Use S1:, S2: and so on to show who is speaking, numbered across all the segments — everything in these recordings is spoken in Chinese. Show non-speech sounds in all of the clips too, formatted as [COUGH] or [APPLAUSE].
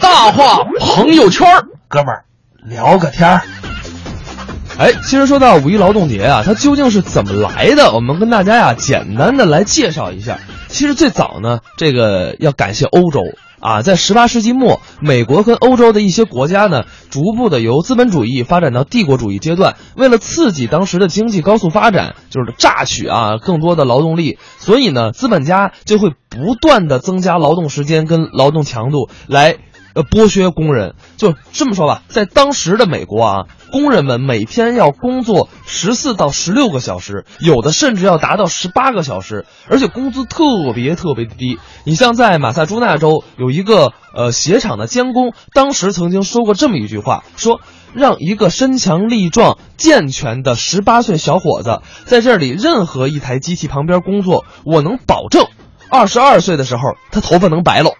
S1: 大话朋友圈儿
S2: 哥们儿聊个天儿。
S1: 哎，其实说到五一劳动节啊，它究竟是怎么来的？我们跟大家呀、简单的来介绍一下。其实最早呢，这个要感谢欧洲啊，在十八世纪末，美国跟欧洲的一些国家呢，逐步的由资本主义发展到帝国主义阶段。为了刺激当时的经济高速发展，就是榨取啊更多的劳动力，所以呢，资本家就会不断的增加劳动时间跟劳动强度来。呃，剥削工人，就这么说吧，在当时的美国啊，工人们每天要工作十四到十六个小时，有的甚至要达到十八个小时，而且工资特别特别低。你像在马萨诸塞州有一个呃鞋厂的监工，当时曾经说过这么一句话，说让一个身强力壮、健全的十八岁小伙子在这里任何一台机器旁边工作，我能保证，二十二岁的时候他头发能白喽。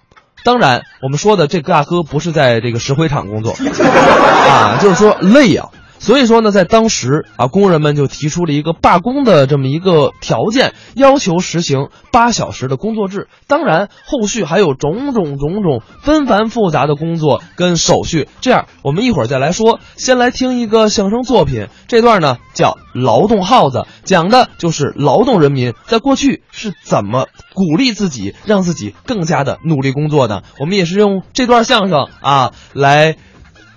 S1: 当然，我们说的这个大哥不是在这个石灰厂工作，啊，就是说累呀、所以说呢，在当时啊，工人们就提出了一个罢工的这么一个条件，要求实行八小时的工作制。当然，后续还有种种种种纷繁复杂的工作跟手续。这样，我们一会儿再来说。先来听一个相声作品，这段呢叫《劳动号子》，讲的就是劳动人民在过去是怎么鼓励自己，让自己更加的努力工作的。我们也是用这段相声啊来。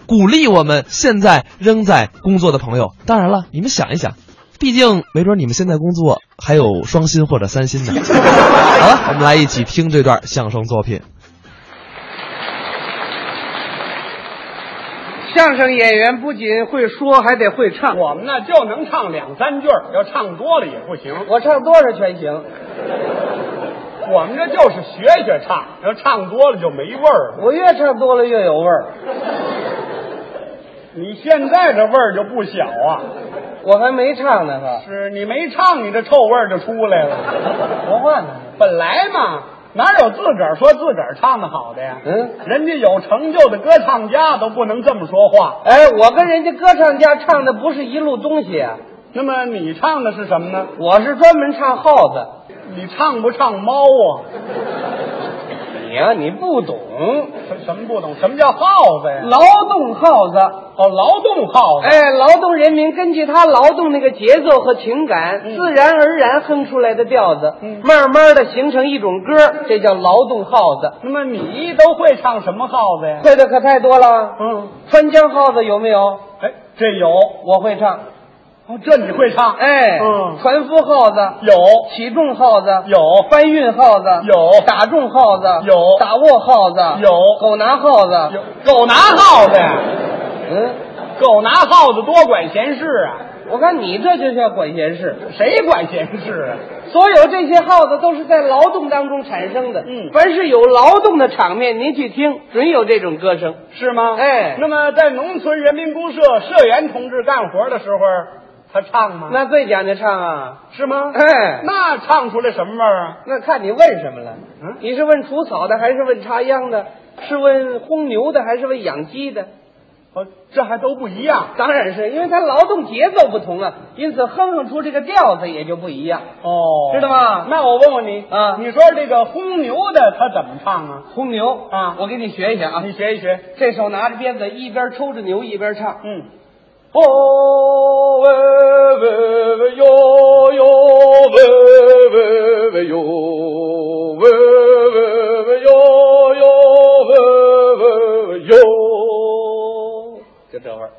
S1: 鼓励我们现在仍在工作的朋友。当然了，你们想一想，毕竟没准你们现在工作还有双薪或者三薪呢。好了，我们来一起听这段相声作品。
S3: 相声演员不仅会说，还得会唱。
S4: 我们呢就能唱两三句儿，要唱多了也不行。
S3: 我唱多少全行，
S4: 我们这就是学学唱，要唱多了就没味儿了。
S3: 我越唱多了越有味儿。
S4: 你现在这味儿就不小啊！
S3: 我还没唱呢，哈，
S4: 是你没唱，你这臭味儿就出来了。
S3: 不换呢。
S4: 本来嘛，哪有自个儿说自个儿唱的好的呀？
S3: 嗯，
S4: 人家有成就的歌唱家都不能这么说话。
S3: 哎，我跟人家歌唱家唱的不是一路东西啊，
S4: 那么你唱的是什么呢？
S3: 我是专门唱耗子。
S4: 你唱不唱猫啊？
S3: 你呀、你不懂，
S4: 什什么不懂？什么叫耗子呀？
S3: 劳动耗子。
S4: 哦，劳动耗子。
S3: 哎，劳动人民根据他劳动那个节奏和情感，
S4: 嗯
S3: 自然而然哼出来的调子，
S4: 嗯
S3: 慢慢的形成一种歌，这叫劳动号子。
S4: 那么你都会唱什么号子呀？
S3: 会的可太多了，
S4: 嗯，
S3: 川江号子有没有？
S4: 哎，这有，
S3: 我会唱。
S4: 哦，这你会唱？
S3: 哎，
S4: 嗯
S3: 船夫号子、
S4: 有
S3: 起重号子、
S4: 有
S3: 搬运号子、
S4: 有
S3: 打重号子、
S4: 有
S3: 打握号子、
S4: 有
S3: 狗拿号子。
S4: 有，狗拿耗子呀，
S3: 嗯，
S4: 狗拿耗子多管闲事啊，
S3: 我看你这就叫管闲事。
S4: 谁管闲事啊？
S3: 所有这些号子都是在劳动当中产生的。
S4: 嗯
S3: 凡是有劳动的场面，您去听，准有这种歌声。
S4: 是吗？
S3: 哎
S4: 那么在农村人民公社社员同志干活的时候，他唱吗？
S3: 那最讲究唱啊，
S4: 是吗？
S3: 哎
S4: 那唱出来什么味儿啊？
S3: 那看你问什么了。
S4: 嗯
S3: 你是问除草的，还是问插秧的？是问轰牛的，还是问养鸡的？
S4: 哦，这还都不一样
S3: 当然是因为它劳动节奏不同啊，因此哼哼出这个调子也就不一样。
S4: 哦
S3: 知道吗
S4: 那我问问你
S3: 啊
S4: 你说这个轰牛的他怎么唱啊？
S3: 轰牛
S4: 啊
S3: 我给你学一下啊
S4: 你。学一学。
S3: 这手拿着鞭子，一边抽着牛，一边唱。
S4: 嗯，
S3: 哦喂喂喂哟哟喂喂喂哟喂喂喂哟哟喂喂喂哟，就这味儿。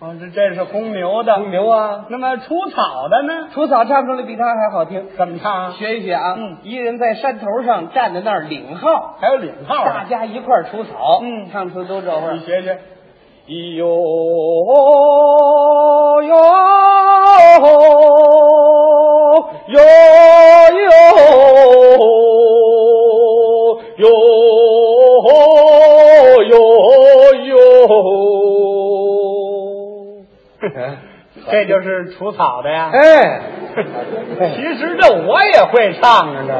S4: 哦，这这是轰牛的，
S3: 公牛啊，
S4: 那么除草的呢？
S3: 除草唱出来比他还好听，
S4: 怎么唱啊？
S3: 学一学啊。
S4: 嗯
S3: 一人在山头上站在那儿领号，
S4: 还有领号
S3: 大
S4: 啊？
S3: 家一块儿除草，
S4: 嗯
S3: 唱出都这味儿
S4: 你。学学。
S3: 咿哟哟哟哟哟哟哟。
S4: 哎这就是除草的呀。
S3: 哎，
S4: 其实这我也会唱啊，这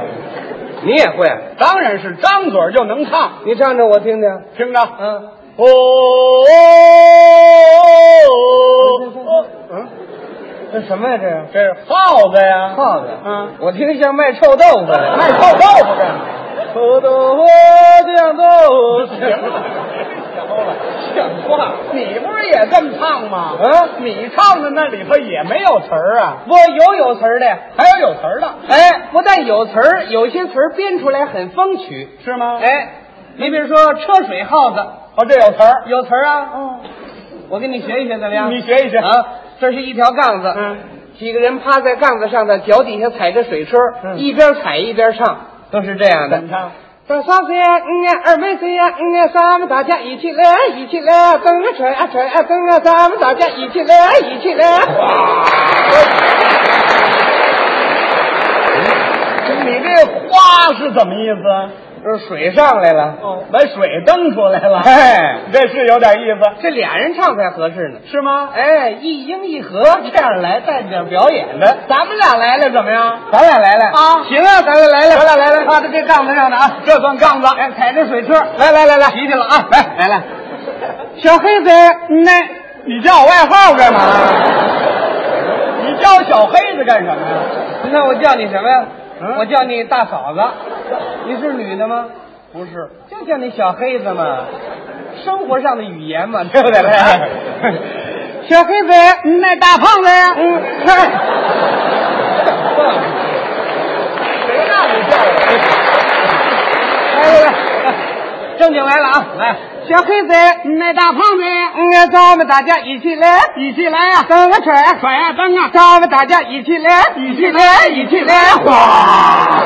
S3: 你也会？
S4: 当然是张嘴就能唱，
S3: 你唱唱我听听。
S4: 听着。
S3: 嗯，
S4: 哦哦，嗯，
S3: 这什么呀？这
S4: 这是耗子呀，
S3: 耗子
S4: 嗯，
S3: 我听像卖臭豆腐的。
S4: 卖臭豆腐的。
S3: 臭豆腐酱豆腐。
S4: 行了哇，你不是也这么唱吗？
S5: 啊
S4: 你唱的那里头也没有词儿啊，
S3: 嗯不有有词儿的，
S4: 还有有词儿的，
S3: 哎，不但有词儿，有些词儿编出来很风趣。
S4: 是吗？，
S3: 哎，你比如说车水耗子，
S4: 哦，这有词儿，
S3: 有词儿啊。哦，我跟你学一学怎么样？
S4: 你学一学
S3: 啊。这是一条杠子，
S4: 嗯，
S3: 几个人趴在杠子上的脚底下踩着水车，
S4: 嗯
S3: 一边踩一边唱，都是这样的
S4: 怎。么唱？
S3: 这三岁呀，嗯呀，二妹岁呀，嗯呀，咱们大家一起来，一起来，蹬啊踹啊踹啊蹬啊，咱们大家一起来，一起来。
S4: 你这花是怎么意思？
S3: 这水上来了，
S4: 哦，把水蹬出来了，
S3: 哎，
S4: 这是有点意思，
S3: 这俩人唱才合适呢。
S4: 是吗？
S3: 哎，一英一和这样来带点表演的，咱们俩来了怎么样？
S4: 咱俩来了
S3: 啊
S4: 行啊，咱俩来了，
S3: 咱俩来了
S4: 啊，这这杠子上的啊，这算杠子，哎，踩着水车，来来来来，提去了啊，来来来，
S3: 小黑子，那
S4: 你叫我外号干嘛？ [LAUGHS] 你叫我小黑子干什么呀？
S3: 那我叫你什么呀？
S4: 嗯
S3: 我叫你大嫂子，你是女的吗？
S4: 不是，
S3: 就叫你小黑子嘛，生活上的语言嘛，对
S4: 对不
S3: 不
S4: 对
S3: 对？？小黑子，那大胖子呀，嗯，
S4: 谁让你叫我？
S3: 来来来，正经来了啊，来，小黑子，那大胖子，嗯，咱们大家一起来，一起来呀、啊，蹬啊踹啊踹啊蹬啊，咱们大家一起来，一起来，一起来， [LAUGHS] 哗！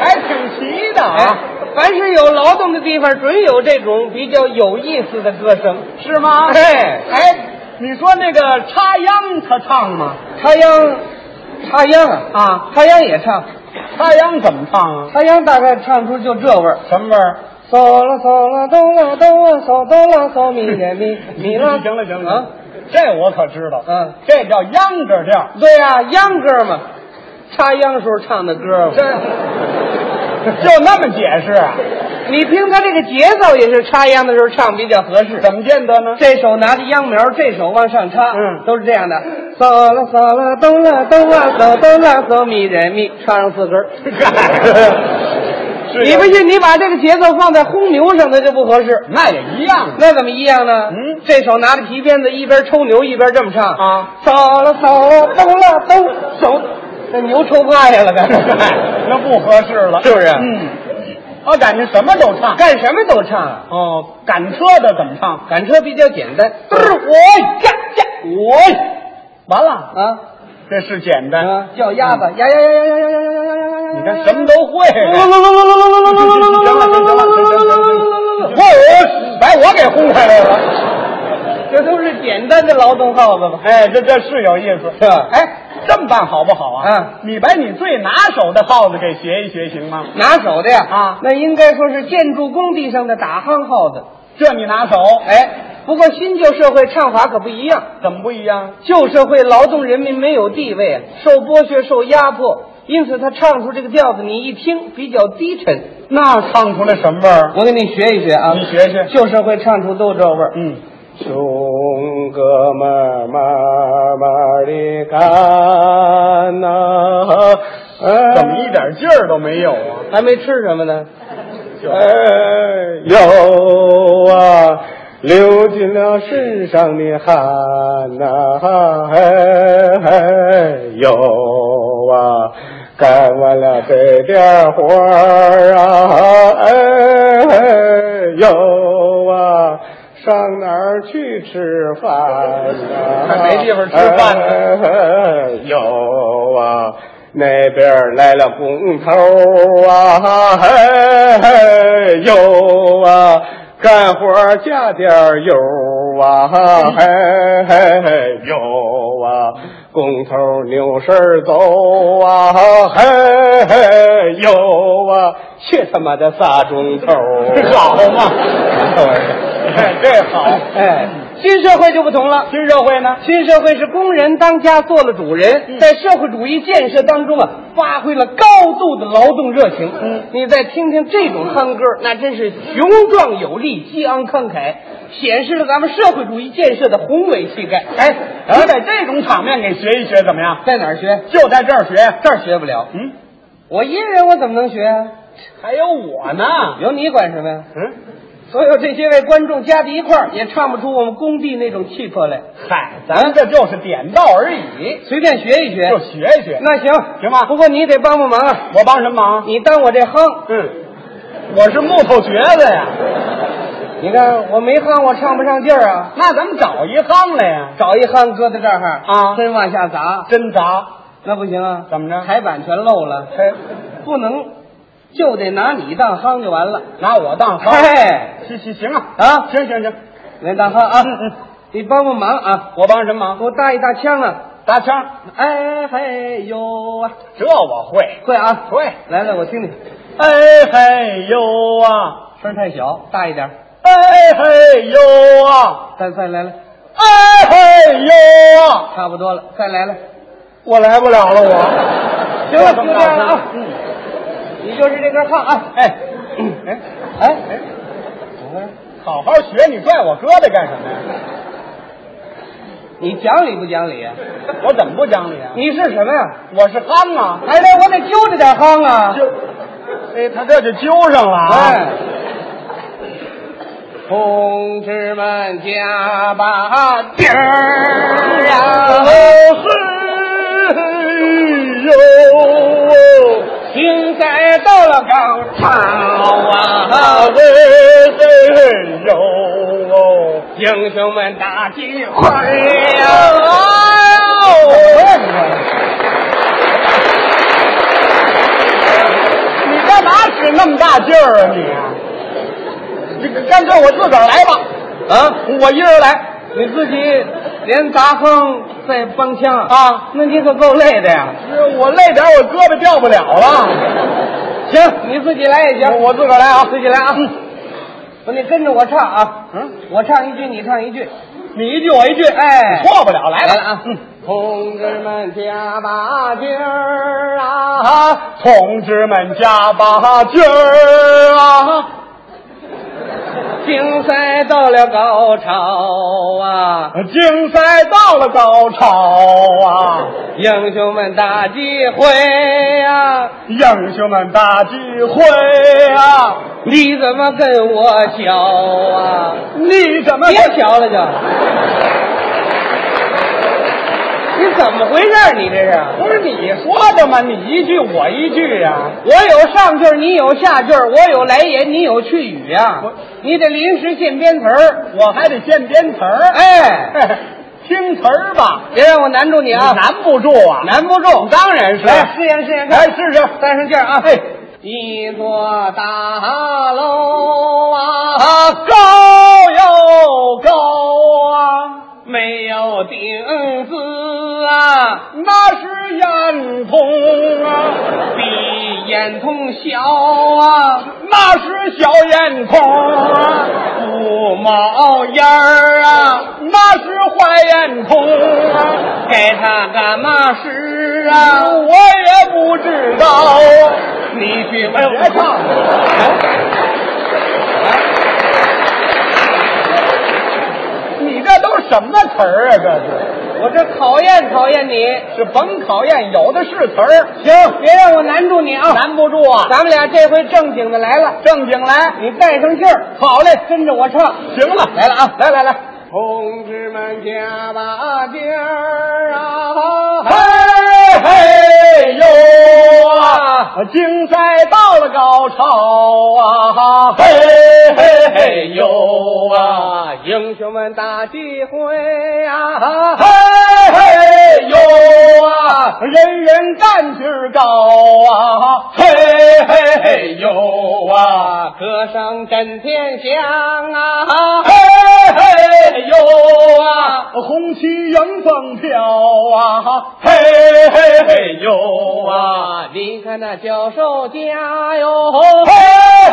S4: 还挺齐的
S3: 哎
S4: 啊，，
S3: 凡是有劳动的地方，准有这种比较有意思的歌声。
S4: 是吗？
S3: 哎
S4: 哎，你说那个插秧他唱吗？
S3: 插秧，插秧啊，
S4: 啊，
S3: 插秧也唱，
S4: 插秧怎么唱啊？
S3: 插秧大概唱出就这味儿。
S4: 什么味儿？
S3: 嗦啦嗦啦哆啦哆啦嗦哆啦嗦咪呀咪咪啦。
S4: 行了行了
S3: 啊，
S4: [LAUGHS] 这我可知道，
S3: 嗯，
S4: 这叫秧歌 [LAUGHS] 调。
S3: 对呀、秧歌嘛，插秧时候唱的歌嘛。
S4: 这就那么解释 [LAUGHS] 啊？
S3: 你听他这个节奏也是插秧的时候唱比较合适。
S4: 怎么见得呢？
S3: 这手拿着秧苗，这手往上插，
S4: 嗯
S3: 都是这样的。嗦啦嗦啦哆啦哆啦嗦哆啦嗦咪人咪，唱上四根儿。
S4: [LAUGHS] 是啊
S3: 你不信，你把这个节奏放在轰牛上，它就不合适。
S4: 那也一样。啊
S3: 那怎么一样呢？
S4: 嗯
S3: 这手拿着皮鞭子，一边抽牛一边这么唱
S4: 啊， [LAUGHS]
S3: 扫了扫了兜了兜手，那牛抽趴下了，
S4: [LAUGHS]
S3: 干
S4: 那不合适了，
S3: 是不是
S4: 嗯，我感觉什么都唱。
S3: 干什么都唱啊。
S4: 哦，赶车的怎么唱？
S3: 赶车比较简单，
S4: 嘚儿我呀呀我，完了，
S3: 啊
S4: 这是简单。
S3: 啊，叫鸭子，呀呀呀呀呀呀呀呀呀呀呀呀呀！
S4: 嗯你看什么都会。我把我给轰下来了。
S3: 这都是简单的劳动号子吧？
S4: 哎，这这是有意思。
S3: 是吧
S4: 哎，这么办好不好啊？嗯，你把你最拿手的号子给学一学，行吗？
S3: 拿手的呀
S4: 啊
S3: 那应该说是建筑工地上的打夯号子。
S4: 这你拿手，
S3: 哎，不过新旧社会唱法可不一样。
S4: 怎么不一样？
S3: 旧社会劳动人民没有地位啊，受剥削、受压迫，因此他唱出这个调子，你一听比较低沉。
S4: 那唱出来什么味儿？
S3: 我给你学一学啊，
S4: 你学学。
S3: 旧社会唱出都这味儿。
S4: 嗯，
S2: 熊哥慢慢慢的干呐、哎
S4: 怎么一点劲儿都没有啊？
S3: 还没吃什么呢，
S2: 哎呦啊，流尽了身上的汗呐、哎哎呦啊，干完了这点活儿啊，哎哎呦啊。上哪儿去吃饭呐、
S4: 还没地方吃饭呢，
S2: 哎有啊，那边儿来了工头儿啊，嘿嘿有啊，干活儿加点儿油啊，嘿嘿嘿有啊，工头儿扭身儿走啊，嘿嘿有啊，去他妈的仨钟头啊儿
S4: 好
S2: [LAUGHS]
S4: 嘛，哎这好。
S3: 哎，新社会就不同了。
S4: 新社会呢？嗯
S3: 新社会是工人当家做了主人，在社会主义建设当中啊，发挥了高度的劳动热情。嗯，你再听听这种哼歌，那真是雄壮有力、激昂慷慨，显示了咱们社会主义建设的宏伟气概。哎，
S4: 你在这种场面给学一学怎么样？
S3: 在哪儿学？
S4: 就在这儿学。
S3: 这儿学不了，
S4: 嗯，
S3: 我一人我怎么能学啊？
S4: 还有我呢。
S3: 有你管什么呀？
S4: 嗯，
S3: 所有这些位观众加在一块儿，也唱不出我们工地那种气魄来。
S4: 嗨，咱这就是点到而已，
S3: 随便学一学
S4: 就，学一学。
S3: 那行
S4: 行吧
S3: 不过你得帮帮忙啊，
S4: 我帮什么忙？
S3: 你当我这夯，
S4: 嗯，我是木头橛子呀，
S3: 你看我没夯，我唱不上劲儿啊。
S4: 那咱们找一夯来呀。
S3: 找一夯搁在这儿
S4: 啊
S3: 真往下砸，
S4: 真砸，
S3: 那不行啊！
S4: 怎么着
S3: 台板全漏了，不能，就得拿你当夯就完了。
S4: 拿我当夯。
S3: 嘿，
S4: 行行行啊，
S3: 啊，
S4: 行行行，
S3: 来当夯
S4: 嗯
S3: 啊！你帮帮忙啊！
S4: 我帮什么忙？
S3: 给我搭一大腔啊！
S4: 搭腔，
S3: 哎嘿呦啊，
S4: 这我会，
S3: 会啊！
S4: 会。
S3: 来来，我听听，
S4: 哎嘿呦啊，
S3: 声儿太小，大一点，
S4: 哎嘿呦啊，
S3: 再再来来，
S4: 哎嘿呦啊，
S3: 差不多了，再来来。
S4: 我来不了了，我。
S3: 行了，就这样了啊！你就是这根夯啊！
S4: 哎哎
S3: 哎哎，
S4: 好好学，你拽我胳膊干什么呀？
S3: 你讲理不讲理啊？
S4: 我怎么不讲理啊？
S3: 你是什么呀？
S4: 我是憨啊，
S3: 哎，那我得揪着点夯啊！
S4: 就，哎，他这就揪上了啊！
S3: 哎，同志们加把劲儿
S4: 啊
S3: 啊！
S4: 嘿呦，
S3: 现在到了高潮
S4: 啊
S3: 啊！
S4: 嘿嘿呦，
S3: 英雄们大聚会呀、哎
S4: 你干嘛使那么大劲儿啊你？你干脆我自个儿来吧，
S3: 啊！
S4: 我一人来
S3: 你自己连砸哼再帮腔，
S4: 啊！
S3: 那你可够累的呀！
S4: 我累点儿，我胳膊掉不了了。
S3: 行，你自己来也行，
S4: 我我自个儿来啊，
S3: 自己来啊！不，你跟着我唱啊！嗯，我唱一句，你唱一句。
S4: 你一句我一句，
S3: 哎
S4: 错不了，来
S3: 来
S4: 吧
S3: 了啊！同志们加把劲儿啊！
S4: 啊，同志们加把劲儿啊！
S3: 竞赛到了高潮啊！
S4: 竞赛到了高潮啊！
S3: 英雄们大聚会呀！
S4: 英雄们大聚会啊！
S3: 你怎么跟我瞧啊？
S4: 你怎么
S3: 别瞧了就！你怎么回事？你这是？
S4: 不是你说的吗？你一句我一句啊！
S3: 我有上句儿，你有下句儿；我有来言，你有去语啊
S4: 我！
S3: 你得临时现编词儿。
S4: 我还得现编词儿，
S3: 哎，
S4: [LAUGHS] 哎，听词儿吧，
S3: 别让我难住你啊！
S4: 难不住啊，
S3: 难不住，
S4: 当然是。
S3: 来试哎验试验看，
S4: 来试试，
S3: 带上劲儿啊！
S4: 哎，
S3: 一座大楼啊，
S4: 啊，高又高啊，
S3: 没有顶子啊，
S4: 那是烟囱啊，
S3: 比烟囱小啊，
S4: 那是小烟囱啊，
S3: 不冒烟儿啊，
S4: 那是坏烟囱啊。
S3: 给它干嘛使啊？
S4: 我也不知道。
S3: 你去问
S4: 别唱了，你这都什么词儿啊？这
S3: 我这考验考验你，
S4: 是是甭考验，有的是词儿。
S3: 行，别让我难住你啊！
S4: 难不住啊，
S3: 咱们俩这回正经的来了，
S4: 正经来。
S3: 你带上劲儿，好嘞，跟着我唱。
S4: 行了，
S3: 来了啊
S4: 来来来，
S3: 同志们加把劲儿啊！
S4: 嘿嘿呦啊，竞赛到了高潮啊，嘿嘿嘿呦啊。
S3: 英雄们大聚会啊！
S4: 嘿嘿呦啊，人人干劲儿高啊，嘿嘿嘿呦啊，
S3: 歌声震天响啊！
S4: 嘿嘿呦啊，红旗迎风飘啊，嘿嘿嘿呦啊，
S3: 啊，你看那教授家哟，
S4: 嘿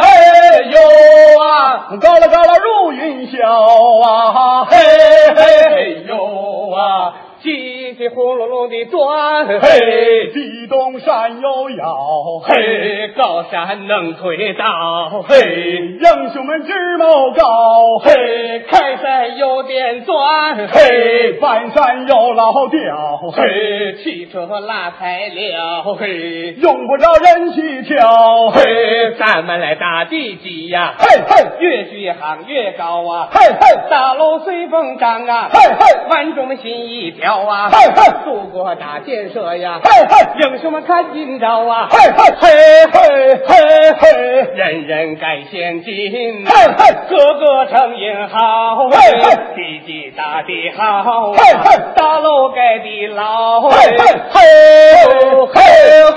S4: 嘿呦啊，高了高了入
S3: 哎
S4: 云霄啊，嘿嘿嘿呦啊。
S3: 聚聚会轰隆隆的断，
S4: 嘿，地动山又摇，
S3: 嘿，高山能推倒，
S4: 嘿，英雄们志谋高，
S3: 嘿，开山有点钻，
S4: 嘿，搬山有老屌，
S3: 嘿，汽车拉材料，嘿，
S4: 用不着人去挑，
S3: 嘿，咱们来打地基呀，
S4: 嘿嘿
S3: 越续航越高啊，
S4: 嘿嘿
S3: 大楼随风张啊，
S4: 嘿嘿
S3: 万众心一条啊，
S4: 嘿嘿
S3: 祖国大建设呀，
S4: 嘿嘿
S3: 英雄们看今朝啊，
S4: 嘿嘿嘿嘿嘿嘿
S3: 人人改先进呐，
S4: 嘿嘿
S3: 个个成英豪，
S4: 嘿嘿
S3: 地基打得好，
S4: 嘿嘿
S3: 大楼盖的牢，
S4: 嘿嘿嘿嘿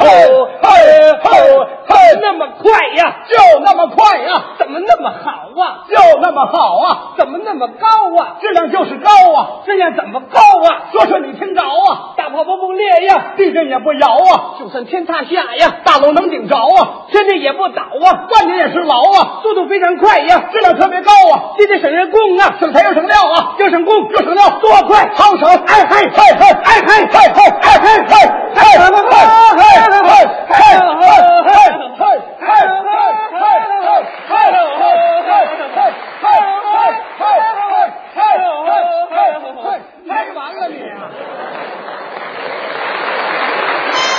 S4: 嘿嘿嘿，
S3: 那么快呀，
S4: 就那么快呀，
S3: 怎么那么好啊？
S4: 就那么好啊，
S3: 怎么那么高啊？
S4: 质量就是高啊，
S3: 质量怎么高啊？
S4: 说说你听着啊，
S3: 大炮不崩裂呀，
S4: 地震也不摇啊，
S3: 就算天塌下呀，
S4: 大楼能顶着啊，
S3: 天地也不倒啊，
S4: 站着也是牢啊，
S3: 速度非常快呀，
S4: 质量特别高啊，
S3: 这得省人工啊，
S4: 省材又省料啊，
S3: 又省工
S4: 又省料，
S3: 多快
S4: 好省，哎嘿嘿嘿哎嘿嘿嘿哎嘿嘿嘿嘿嘿
S3: 没完了你啊！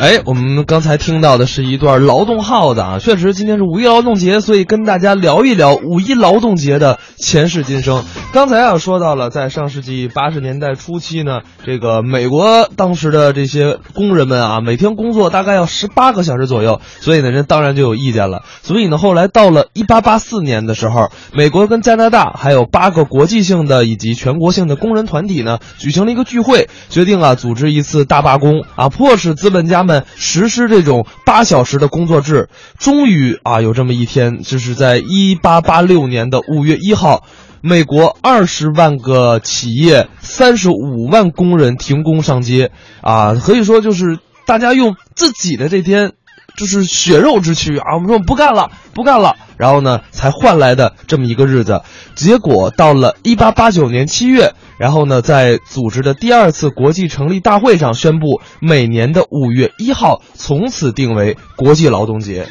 S1: 哎，我们刚才听到的是一段劳动号子啊，确实今天是五一劳动节，所以跟大家聊一聊五一劳动节的前世今生。刚才啊说到了，在上世纪八十年代初期呢，这个美国当时的这些工人们啊，每天工作大概要十八个小时左右，所以呢，人当然就有意见了。所以呢，后来到了一八八四年的时候，美国跟加拿大还有八个国际性的以及全国性的工人团体呢，举行了一个聚会，决定啊组织一次大罢工啊，迫使资本家们实施这种八小时的工作制。终于啊，有这么一天，就是在一八八六年的五月一号。美国二十万个企业，三十五万工人停工上街，啊，可以说就是大家用自己的这天就是血肉之躯啊！我们说我们不干了，不干了，然后呢，才换来的这么一个日子。结果到了一八八九年七月，然后呢，在组织的第二次国际成立大会上宣布，每年的五月一号从此定为国际劳动节。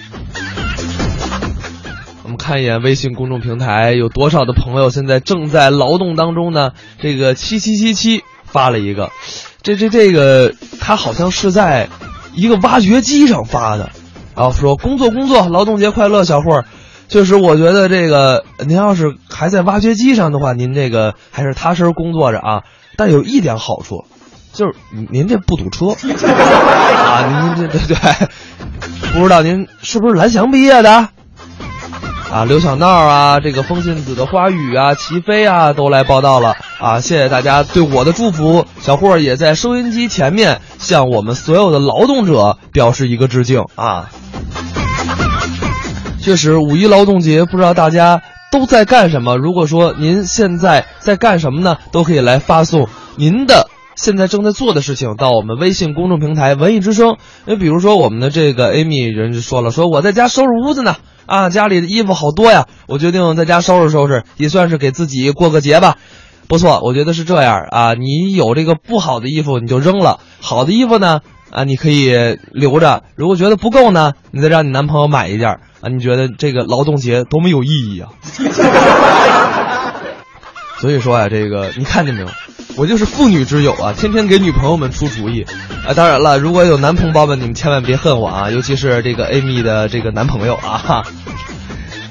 S1: 我们看一眼微信公众平台，有多少的朋友现在正在劳动当中呢？这个七七七七发了一个，这这这个他好像是在一个挖掘机上发的，然后说工作工作，劳动节快乐，小伙儿。确实，我觉得这个您要是还在挖掘机上的话，您这个还是踏实工作着啊。但有一点好处，就是您您这不堵车 [LAUGHS] 啊，您您这对对，不知道您是不是蓝翔毕业的？啊，刘小闹啊，这个风信子的花语啊，齐飞啊，都来报道了啊！谢谢大家对我的祝福，小霍儿也在收音机前面向我们所有的劳动者表示一个致敬啊！确实，五一劳动节不知道大家都在干什么。如果说您现在在干什么呢，都可以来发送您的。现在正在做的事情到我们微信公众平台“文艺之声”，因为比如说我们的这个 Amy 人就说了，说我在家收拾屋子呢，啊，家里的衣服好多呀，我决定在家收拾收拾，也算是给自己过个节吧。不错，我觉得是这样啊。你有这个不好的衣服你就扔了，好的衣服呢啊你可以留着。如果觉得不够呢，你再让你男朋友买一件儿啊。你觉得这个劳动节多么有意义啊！ [LAUGHS] 所以说啊，这个你看见没有，我就是妇女之友啊，天天给女朋友们出主意啊。当然了，如果有男同胞们，你们千万别恨我啊，尤其是这个 Amy 的这个男朋友啊。哈。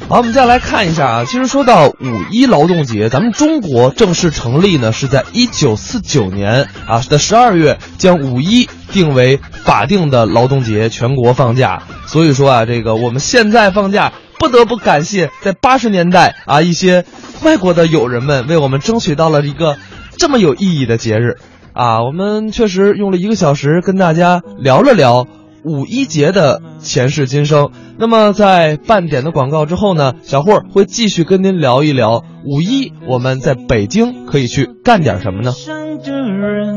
S1: 好，我们接下来看一下啊。其实说到五一劳动节，咱们中国正式成立呢是在一九四九年啊的十二月，将五一定为法定的劳动节，全国放假。所以说啊，这个我们现在放假，不得不感谢在八十年代啊一些外国的友人们为我们争取到了一个这么有意义的节日啊。我们确实用了一个小时跟大家聊了聊五一节的前世今生。那么在半点的广告之后呢，小霍会继续跟您聊一聊五一我们在北京可以去干点什么呢？
S6: 山的人，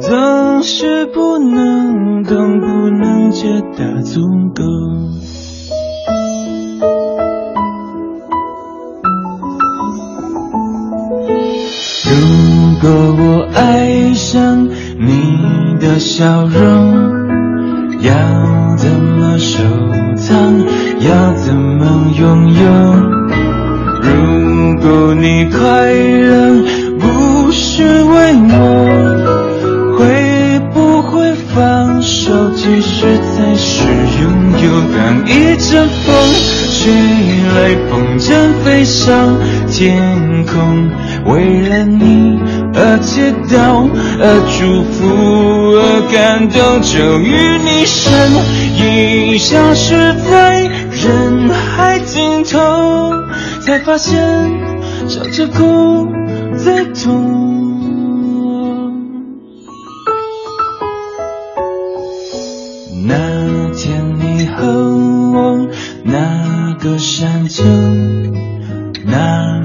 S6: 总是不能等，不能解答足够。如果我爱上你的笑容，要怎么收藏？要怎么拥有？如果你快乐不是为我，会不会放手？其实才是拥有。当一阵风吹来，风筝飞上天空，为了你而祈祷，而祝福，而感动。终于你身影消失在人海尽头。才发现笑着哭最痛。那天你和我那个山丘，那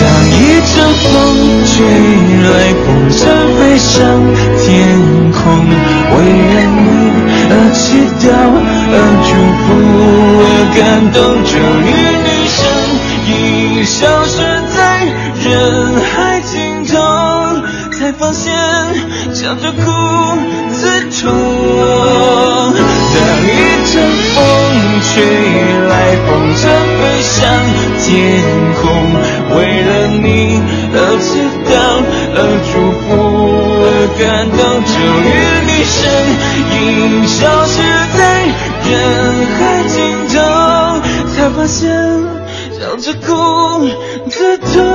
S6: 当一阵风吹来，风筝飞上天空，为了你而祈祷，而祝福，而感动。终于你身影消失在人海尽头，才发现笑着哭最痛。当一阵风吹来，风筝飞上天空，为了你而祈祷，而祝福，而感动。终于你身影消失在人海尽头，才发现笑着哭最痛。